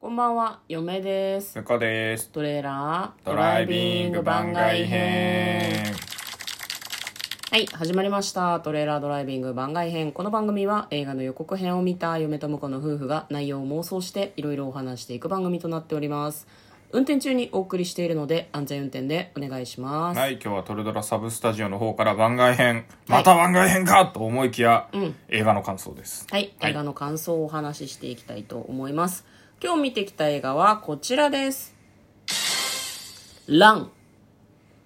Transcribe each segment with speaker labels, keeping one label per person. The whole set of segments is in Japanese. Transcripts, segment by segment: Speaker 1: こんばんは、嫁です。
Speaker 2: ぬかです。
Speaker 1: トレーラード
Speaker 2: ドライビング番外編。
Speaker 1: はい、始まりました。トレーラードライビング番外編。この番組は映画の予告編を見た嫁と婿の夫婦が内容を妄想していろいろお話していく番組となっております。運転中にお送りしているので安全運転でお願いします。
Speaker 2: はい、今日はトルドラサブスタジオの方から番外編、また番外編かと思いきや、映画の感想です。
Speaker 1: はい、映画の感想をお話ししていきたいと思います。今日見てきた映画はこちらです。ラン。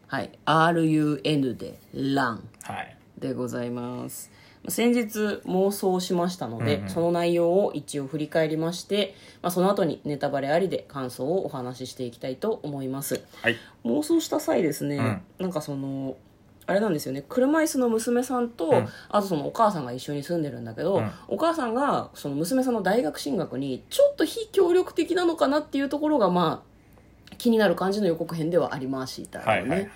Speaker 1: はい、RUN でラン
Speaker 2: はい。
Speaker 1: でございます。先日妄想しましたので、その内容を一応振り返りまして、まあ、その後にネタバレありで感想をお話ししていきたいと思います。
Speaker 2: はい。
Speaker 1: 妄想した際ですね、なんかそのあれなんですよね車椅子の娘さんと、あとそのお母さんが一緒に住んでるんだけど、お母さんがその娘さんの大学進学にちょっと非協力的なのかなっていうところがまあ気になる感じの予告編ではありましたよね。
Speaker 2: はい、はい、はい。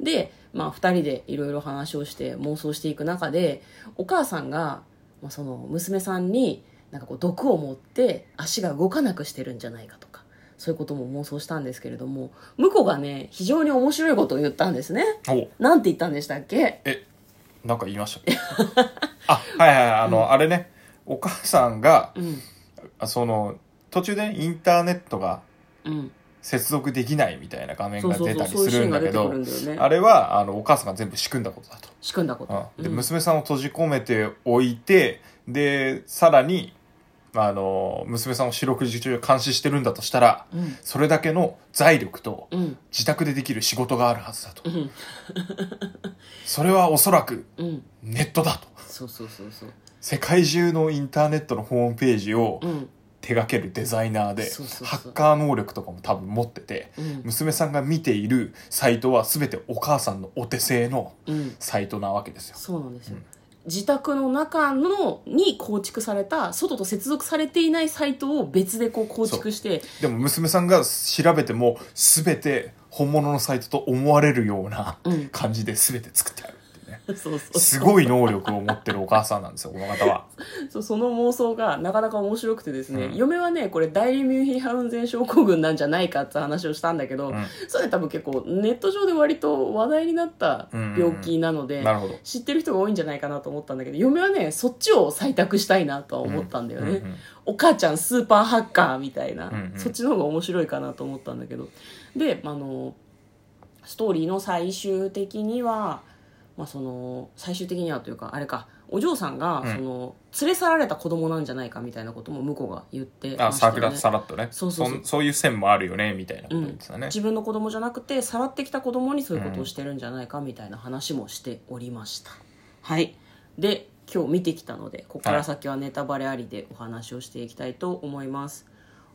Speaker 1: で、まあ、2人でいろいろ話をして妄想していく中でお母さんが、まあ、その娘さんになんかこう毒を持って足が動かなくしてるんじゃないかとかそういうことも妄想したんですけれども向こうがね非常に面白いことを言ったんですね。
Speaker 2: お
Speaker 1: なんて言ったんでしたっけ
Speaker 2: え、なんか言いましたっけ あ、はいはい、あの、あれね、お母さんが、
Speaker 1: うん
Speaker 2: あその、途中でねインターネットが
Speaker 1: うん
Speaker 2: 接続できないみたいな画面
Speaker 1: そう
Speaker 2: が
Speaker 1: そう
Speaker 2: 出
Speaker 1: そ
Speaker 2: た
Speaker 1: う
Speaker 2: り
Speaker 1: そういう
Speaker 2: す
Speaker 1: シ
Speaker 2: る
Speaker 1: ーン
Speaker 2: ん
Speaker 1: が
Speaker 2: だけ
Speaker 1: 出てくるん
Speaker 2: ど、
Speaker 1: だよね
Speaker 2: あれは、あの、お母さんが全部仕組んだことだと。
Speaker 1: 仕組んだこと、
Speaker 2: うん、で
Speaker 1: うん
Speaker 2: 娘さんを閉じ込めておいてでさらにあの娘さんを四六時中監視してるんだとしたら
Speaker 1: うん
Speaker 2: それだけの財力と
Speaker 1: うん
Speaker 2: 自宅でできる仕事があるはずだ
Speaker 1: う
Speaker 2: と
Speaker 1: ん
Speaker 2: それはおそらく
Speaker 1: うん
Speaker 2: ネットだと
Speaker 1: そうそうそうそう
Speaker 2: 世界中のインターネットのホームページを
Speaker 1: うん
Speaker 2: 手掛けるデザイナーで
Speaker 1: そうそうそう
Speaker 2: ハッカー能力とかも多分持ってて
Speaker 1: うん
Speaker 2: 娘さんが見ているサイトは全てお母さんのお手製の
Speaker 1: うん
Speaker 2: サイトなわけですよ
Speaker 1: そうなんですよ、
Speaker 2: うん
Speaker 1: 自宅の中のに構築された外と接続されていないサイトを別でこう構築して
Speaker 2: でも娘さんが調べても全て本物のサイトと思われるような
Speaker 1: うん
Speaker 2: 感じで全て作ってあるっていうね
Speaker 1: そうそう
Speaker 2: すごい能力を持ってるお母さんなんですよこの方は
Speaker 1: そうその妄想がなかなか面白くてですね、
Speaker 2: うん
Speaker 1: 嫁はねこれ代理ミュンヒハウンゼン症候群なんじゃないかって話をしたんだけど、
Speaker 2: うん
Speaker 1: それ多分結構ネット上で割と話題になった病気なので、
Speaker 2: なるほど
Speaker 1: 知ってる人が多いんじゃないかなと思ったんだけど嫁はねそっちを採択したいなとは思ったんだよね、
Speaker 2: うんうんうん
Speaker 1: お母ちゃんスーパーハッカーみたいな、
Speaker 2: うんうん
Speaker 1: そっちの方が面白いかなと思ったんだけどであのストーリーの最終的には、まあ、その最終的にはというかあれかお嬢さんが、
Speaker 2: うん
Speaker 1: その連れ去られた子供なんじゃないかみたいなことも向こうが言って
Speaker 2: あ
Speaker 1: ました
Speaker 2: さ
Speaker 1: よね
Speaker 2: らさらっとね
Speaker 1: そうそうそうん
Speaker 2: そういう線もあるよねみたいなこと
Speaker 1: う
Speaker 2: 言っ
Speaker 1: ん
Speaker 2: てたね、
Speaker 1: 自分の子供じゃなくてさらってきた子供にそういうことをしてるんじゃないかみたいな話もしておりました、はいで今日見てきたのでここから先はネタバレありでお話をしていきたいと思います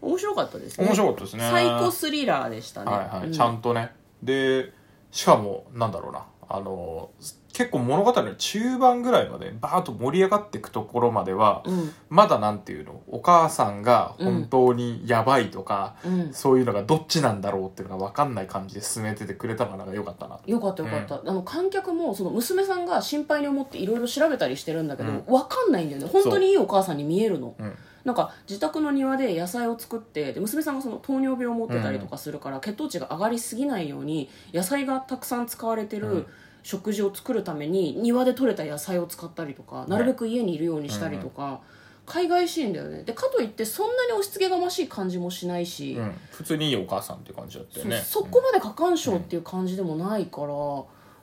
Speaker 1: 面白かったですね
Speaker 2: 面白かったですね
Speaker 1: サイコスリラーでしたね、
Speaker 2: はいはい、
Speaker 1: うん
Speaker 2: ちゃんとねでしかもなんだろうなあの結構物語の中盤ぐらいまでバーッと盛り上がっていくところまでは、
Speaker 1: うん
Speaker 2: まだなんていうのお母さんが本当にやばいとか、
Speaker 1: うん
Speaker 2: そういうのがどっちなんだろうっていうのが分かんない感じで進めててくれたのがなんか良かったな
Speaker 1: よかったよかった、あの観客もその娘さんが心配に思っていろいろ調べたりしてるんだけど、
Speaker 2: うん
Speaker 1: わかんないんだよね本当にいいお母さんに見えるの、
Speaker 2: うん
Speaker 1: なんか自宅の庭で野菜を作ってで娘さんがその糖尿病を持ってたりとかするから、血糖値が上がりすぎないように野菜がたくさん使われて
Speaker 2: う
Speaker 1: る
Speaker 2: ん
Speaker 1: 食事を作るために庭で採れた野菜を使ったりとかなるべく家にいるようにしたりとか、海外シーンだよねでかといってそんなに押し付けがましい感じもしないし、
Speaker 2: うん、普通にいいお母さんっていう感じだったよね
Speaker 1: そそこまで過干渉っていう感じでもないから、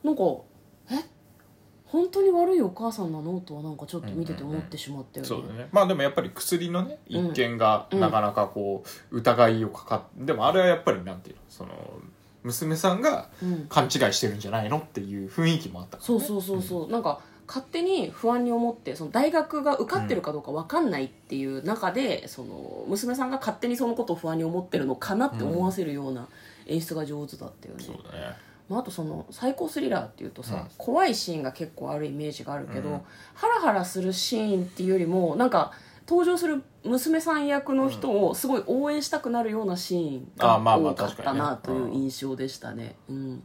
Speaker 1: なんかえ本当に悪いお母さんなのとはなんかちょっと見てて思ってしまった
Speaker 2: うん
Speaker 1: よね、
Speaker 2: そうだねまあでもやっぱり薬のね
Speaker 1: うん
Speaker 2: 一見が
Speaker 1: うん
Speaker 2: なかなかこう疑いをかかっでもあれはやっぱりなんていうのその娘さんが
Speaker 1: うん
Speaker 2: 勘違いしてるんじゃないのっていう雰囲気もあったから
Speaker 1: そうそうそうそう、なんか勝手に不安に思ってその大学が受かってるかどうか分かんないっていう中で、その娘さんが勝手にそのことを不安に思ってるのかなって思わせるような演出が上手だったよね、
Speaker 2: そうだね
Speaker 1: まあ、あとそのサイコスリラーっていうとさ、
Speaker 2: うん
Speaker 1: 怖いシーンが結構あるイメージがあるけど、
Speaker 2: うん
Speaker 1: ハラハラするシーンっていうよりもなんか登場する娘さん役の人をすごい応援したくなるようなシーンが
Speaker 2: あまあまあ
Speaker 1: 多かったなという印象でしたね。うん、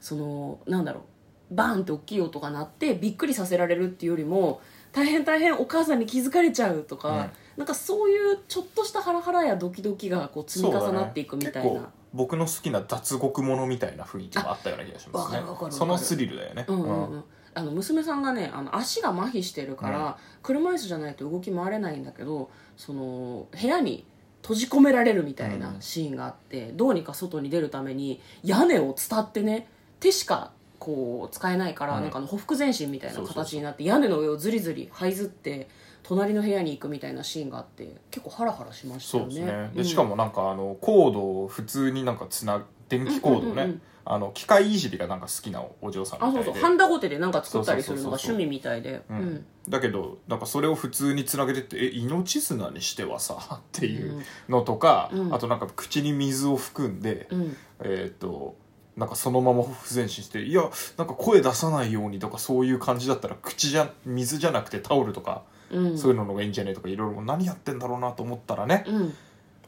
Speaker 1: そのなんだろうバーンって大きい音が鳴ってびっくりさせられるっていうよりも大変大変お母さんに気づかれちゃうとか、
Speaker 2: うん
Speaker 1: なんかそういうちょっとしたハラハラやドキドキがこう積み重なっていくみたい
Speaker 2: そうだ
Speaker 1: な。
Speaker 2: ね結構僕の好きな雑獄ものみたいな雰囲気もあったような気がしま
Speaker 1: わ
Speaker 2: す
Speaker 1: か
Speaker 2: ね
Speaker 1: るわかるわかる
Speaker 2: そのスリルだよね
Speaker 1: うんうんうんあの娘さんがねあの足が麻痺してるから、車椅子じゃないと動き回れないんだけどその部屋に閉じ込められるみたいなシーンがあって、どうにか外に出るために屋根を伝ってね手しかこう使えないから、
Speaker 2: うん
Speaker 1: なんかあのほふ前進みたいな
Speaker 2: そうそうそう
Speaker 1: 形になって屋根の上をずりずり這いずって隣の部屋に行くみたいなシーンがあって結構ハラハラしました
Speaker 2: そ
Speaker 1: よ
Speaker 2: う
Speaker 1: ね
Speaker 2: ですね
Speaker 1: う
Speaker 2: で
Speaker 1: ん
Speaker 2: しかもなんかあのコードを普通になんかつな電気コードを
Speaker 1: うんうんう
Speaker 2: ね
Speaker 1: ん
Speaker 2: あの機械いじりがなんか好きなお嬢さん
Speaker 1: あ
Speaker 2: み
Speaker 1: そ
Speaker 2: た
Speaker 1: う
Speaker 2: いで
Speaker 1: そうハンダゴテでなんか作ったりするのが
Speaker 2: そうそうそうそう
Speaker 1: 趣味みたいで
Speaker 2: うん
Speaker 1: うん
Speaker 2: だけどなんかそれを普通につなげてって「え命綱にしてはさ」っていうのとか、
Speaker 1: うん
Speaker 2: あとなんか口に水を含んで、
Speaker 1: うん
Speaker 2: えーっとなんかそのまま不前進して「いやなんか声出さないように」とかそういう感じだったら口じゃ水じゃなくてタオルとか、
Speaker 1: うん
Speaker 2: そういうのの方がいいんじゃねえとかいろいろ何やってんだろうなと思ったらね、
Speaker 1: うん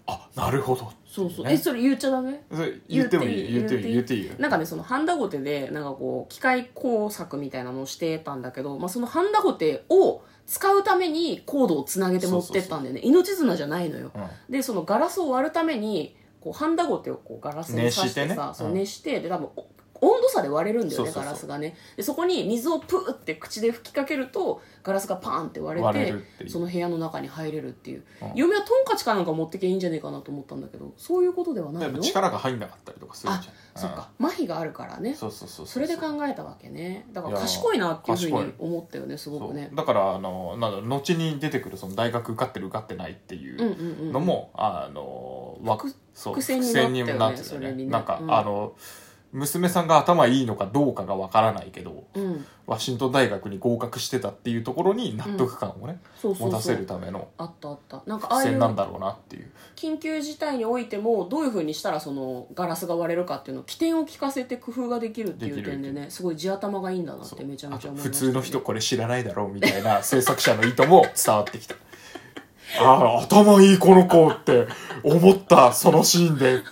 Speaker 2: あなるほど
Speaker 1: そうそう、
Speaker 2: ね
Speaker 1: えそれ言っちゃダメ
Speaker 2: それ言ってもいい
Speaker 1: 言
Speaker 2: 言
Speaker 1: っ
Speaker 2: って
Speaker 1: い
Speaker 2: てい
Speaker 1: い
Speaker 2: い言っていいよ
Speaker 1: なんかねそのハンダゴテでなんかこう機械工作みたいなのをしてたんだけど、まあ、そのハンダゴテを使うためにコードをつなげて持ってったんだよね命綱じゃないのよ
Speaker 2: うん
Speaker 1: でそのガラスを割るためにこうハンダゴテをこうガラスに刺して
Speaker 2: 熱してね
Speaker 1: さそう
Speaker 2: うん
Speaker 1: 熱してで多分お温度差で割れるんだよね
Speaker 2: そうそうそう
Speaker 1: ガラスがねでそこに水をプーって口で吹きかけるとガラスがパーンって割れて
Speaker 2: 割れるっていう
Speaker 1: その部屋の中に入れるっていう、
Speaker 2: うん
Speaker 1: 嫁はトンカチかなんか持ってけばいいんじゃないかなと思ったんだけどそういうことではな
Speaker 2: で
Speaker 1: い
Speaker 2: も
Speaker 1: の
Speaker 2: 力が入んなかったりとかするじゃん
Speaker 1: そっか麻痺があるから
Speaker 2: う
Speaker 1: ね
Speaker 2: んそうそうそうう
Speaker 1: それで考えたわけねだから
Speaker 2: いやー
Speaker 1: 賢いなっていうふう
Speaker 2: 賢
Speaker 1: に
Speaker 2: い
Speaker 1: 思ったよねすごくね
Speaker 2: そうだからあのなんだろう後に出てくるその大学受かってる受かってないっていう
Speaker 1: うん
Speaker 2: う
Speaker 1: うんうん
Speaker 2: のも、あのわ
Speaker 1: 伏
Speaker 2: そう
Speaker 1: 伏線になったよね
Speaker 2: て
Speaker 1: それにね
Speaker 2: なんか、
Speaker 1: うん
Speaker 2: あの娘さんが頭いいのかどうかがわからないけど
Speaker 1: うん
Speaker 2: ワシントン大学に合格してたっていうところに納得感をね、
Speaker 1: そうそう
Speaker 2: 持た
Speaker 1: そ
Speaker 2: せる
Speaker 1: う
Speaker 2: ための
Speaker 1: あったあったなんかあ
Speaker 2: 伏
Speaker 1: あい
Speaker 2: 線なん
Speaker 1: う
Speaker 2: だろうなっていう
Speaker 1: 緊急事態においてもどういうふうにしたらそのガラスが割れるかっていうのを起点を聞かせて工夫ができるっていう
Speaker 2: できる
Speaker 1: 点でねすごい地頭がいいんだなっ
Speaker 2: そ
Speaker 1: て
Speaker 2: う
Speaker 1: めちゃめ
Speaker 2: あ
Speaker 1: ちゃ
Speaker 2: と
Speaker 1: 思いました
Speaker 2: 普通の人これ知らないだろうみたいな制作者の意図も伝わってきた ああ頭いいこの子って思ったそのシーンでって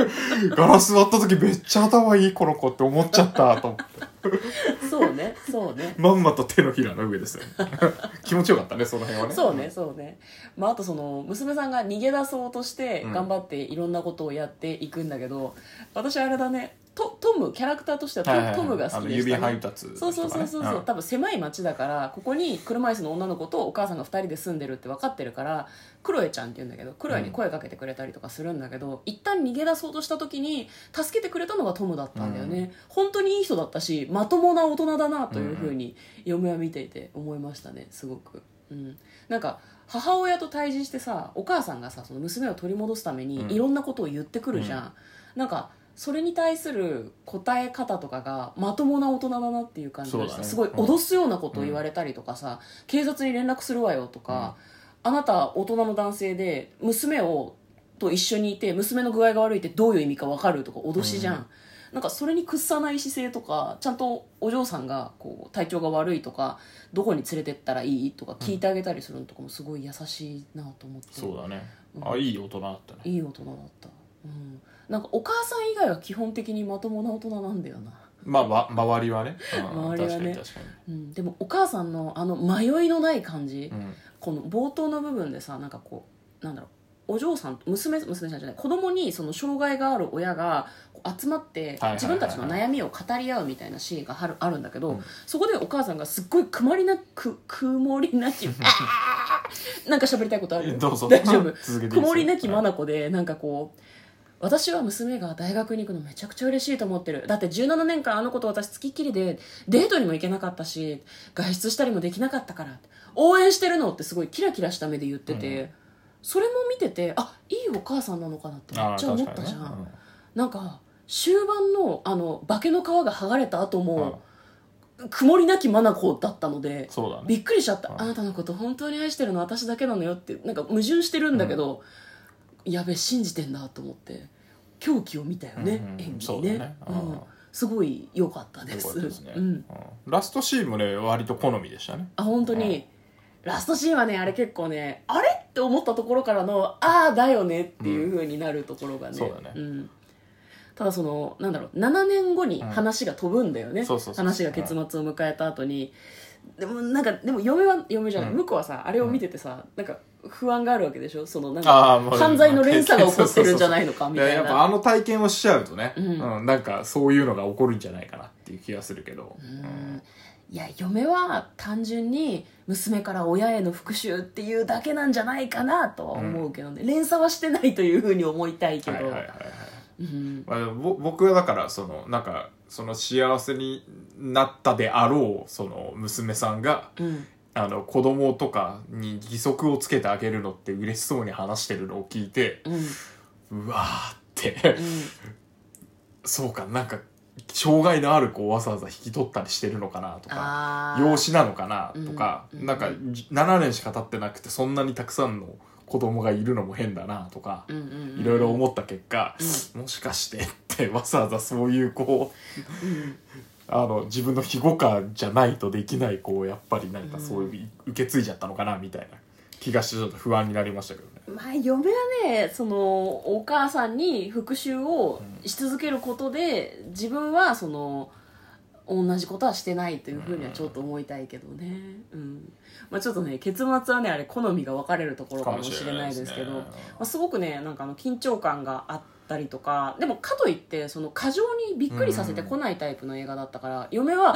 Speaker 2: ガラス割った時めっちゃ頭いいこの子って思っちゃったと思って
Speaker 1: そうねそうね
Speaker 2: まんまと手のひらの上です ね気持ちよかったねその辺はね
Speaker 1: そうねそうね、まあ、あとその娘さんが逃げ出そうとして
Speaker 2: うん
Speaker 1: 頑張っていろんなことをやっていくんだけど、私あれだねトトムキャラクターとしてはト,、
Speaker 2: はいはいはい
Speaker 1: トムが好きでし
Speaker 2: あの指
Speaker 1: た、
Speaker 2: 配
Speaker 1: ね、
Speaker 2: 達の人
Speaker 1: そ
Speaker 2: が
Speaker 1: う
Speaker 2: ね
Speaker 1: そうそうそう、
Speaker 2: ん
Speaker 1: 多分狭い町だからここに車椅子の女の子とお母さんが2人で住んでるって分かってるからクロエちゃんって言うんだけどクロエに声かけてくれたりとかするんだけど、一旦逃げ出そうとした時に助けてくれたのがトムだったんだよね、本当にいい人だったしまともな大人だなというふうに嫁は見ていて思いましたねすごく、うん、なんか母親と対峙してさお母さんがさその娘を取り戻すため
Speaker 2: うん
Speaker 1: にいろんなことを言ってくるじゃん、なんかそれに対する答え方とかがまともな大人だなっていう感じがし
Speaker 2: そう
Speaker 1: た、
Speaker 2: だね
Speaker 1: すごい
Speaker 2: うん
Speaker 1: 脅すようなことを言われたりとかさ、警察に連絡するわよとか、あなた大人の男性で娘をと一緒にいて娘の具合が悪いってどういう意味か分かるとか脅しじゃん、
Speaker 2: うん
Speaker 1: なんかそれに屈さない姿勢とかちゃんとお嬢さんがこう体調が悪いとかどこに連れてったらいいとか聞いてあげたりするのとかもすごい優しいなと思って、
Speaker 2: そうだね
Speaker 1: うん
Speaker 2: あいい大人だったね
Speaker 1: いい大人だった、うん、なんかお母さん以外は基本的にまともな大人なんだよな、
Speaker 2: まあわ周りはね、うん
Speaker 1: 周りはね
Speaker 2: 確かに
Speaker 1: うん、でもお母さんのあの迷いのない感じ、
Speaker 2: 確かに、うん
Speaker 1: この冒頭の部分でさなんかこうなんだろうお嬢さん娘娘さんじゃない子供にその障害がある親がこう集まって
Speaker 2: はいはいはいはい
Speaker 1: 自分たちの悩みを語り合うみたいなシーンがあるあるんだけど、
Speaker 2: うん
Speaker 1: そこでお母さんがすっごい曇りなく曇りな きあーなんか喋りたいことある
Speaker 2: どうぞ
Speaker 1: 大丈夫
Speaker 2: 続けていいですよ
Speaker 1: 曇りなき眼でなんかこう私は娘が大学に行くのめちゃくちゃ嬉しいと思ってるだって17年間あの子と私付きっきりでデートにも行けなかったし外出したりもできなかったから応援してるのってすごいキラキラした目で言ってて、
Speaker 2: うん
Speaker 1: それも見ててあいいお母さんなのかなってめ
Speaker 2: あ
Speaker 1: っ
Speaker 2: あ
Speaker 1: ちゃ思
Speaker 2: 確
Speaker 1: った
Speaker 2: かにね
Speaker 1: じゃん、
Speaker 2: うん
Speaker 1: なんか終盤のあの化けの皮が剥がれた後も、曇りなき眼だったので
Speaker 2: うんそうだね
Speaker 1: びっくりしちゃった、
Speaker 2: うん
Speaker 1: あなたのこと本当に愛してるのは私だけなのよってなんか矛盾してるんだけど、やべ信じてんだと思って狂気を見たよね、
Speaker 2: うんうん
Speaker 1: 演技
Speaker 2: そ
Speaker 1: に
Speaker 2: うだ
Speaker 1: ね
Speaker 2: ね
Speaker 1: う
Speaker 2: うん
Speaker 1: んすごい良かったです
Speaker 2: よかったですね、
Speaker 1: うん、
Speaker 2: うんラストシーンもね割と好みでしたね
Speaker 1: あ本当に、ラストシーンはねあれ結構ねあれって思ったところからのああだよねっていう風になるところがね、
Speaker 2: そうだね
Speaker 1: んただそのなんだろう7年後に話が飛ぶんだよね、
Speaker 2: うんそうそうそう
Speaker 1: 話が結末を迎えた後に、でもなんかでも嫁は嫁じゃない、
Speaker 2: うん
Speaker 1: 向こうはさあれを見ててさ、なんか不安があるわけでしょそのなん
Speaker 2: あー
Speaker 1: か
Speaker 2: まあ
Speaker 1: 犯罪の連鎖が起こってるんじゃないのか
Speaker 2: い
Speaker 1: み
Speaker 2: や
Speaker 1: たい
Speaker 2: やっぱ
Speaker 1: な
Speaker 2: あの体験をしちゃうとね、
Speaker 1: うん
Speaker 2: うんなんかそういうのが起こるんじゃないかなっていう気がするけど、
Speaker 1: うんいや嫁は単純に娘から親への復讐っていうだけなんじゃないかなとは思うけどね、連鎖はしてないというふうに思いたいけど、
Speaker 2: はいはいはいは
Speaker 1: う
Speaker 2: い、
Speaker 1: ん
Speaker 2: まあ、ぼ僕はだからそのなんかその幸せになったであろうその娘さんが
Speaker 1: うん
Speaker 2: あの子供とかに義足をつけてあげるのって嬉しそうに話してるのを聞いて
Speaker 1: うんうん
Speaker 2: うわーってそうかなんか障害のある子をわざわざ引き取ったりしてるのかなとか
Speaker 1: あー
Speaker 2: 養子なのかなとか、
Speaker 1: うん
Speaker 2: なんか
Speaker 1: う
Speaker 2: 7年しか経ってなくてそんなにたくさんの子供がいるのも変だなとか
Speaker 1: うんうんうん
Speaker 2: いろいろ思った結果、もしかしてってわざわざそういう子を
Speaker 1: うん
Speaker 2: あの自分の庇護下じゃないとできない子をやっぱりなんかそういう、受け継いじゃったのかなみたいな気がしてちょっと不安になりましたけどね。
Speaker 1: まあ、嫁はねそのお母さんに復讐をし続けることで、自分はその同じことはしてないというふうにはちょっと思いたいけどね、うんまあ、ちょっとね結末はねあれ好みが分かれるところかもしれないですけど
Speaker 2: かもしれない
Speaker 1: ま
Speaker 2: ですね
Speaker 1: あ、すごくねなんかあの緊張感があったりとかでもかといってその過剰にびっくりさせてこないタイプの映画だったから、嫁はっ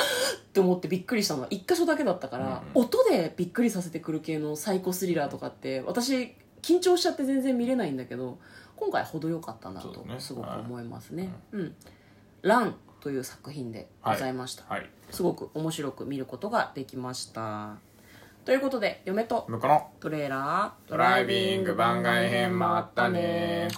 Speaker 1: て思ってびっくりしたのは一箇所だけだったから、
Speaker 2: うん
Speaker 1: 音でびっくりさせてくる系のサイコスリラーとかって私緊張しちゃって全然見れないんだけど今回程よかったな
Speaker 2: そ
Speaker 1: と
Speaker 2: うね
Speaker 1: すごく思いますね。うん「ラン」という作品でございました、
Speaker 2: はい、
Speaker 1: すごく面白く見ることができましたということで嫁と
Speaker 2: 向こうの
Speaker 1: トレーラード
Speaker 2: ドライビング番外編もあったね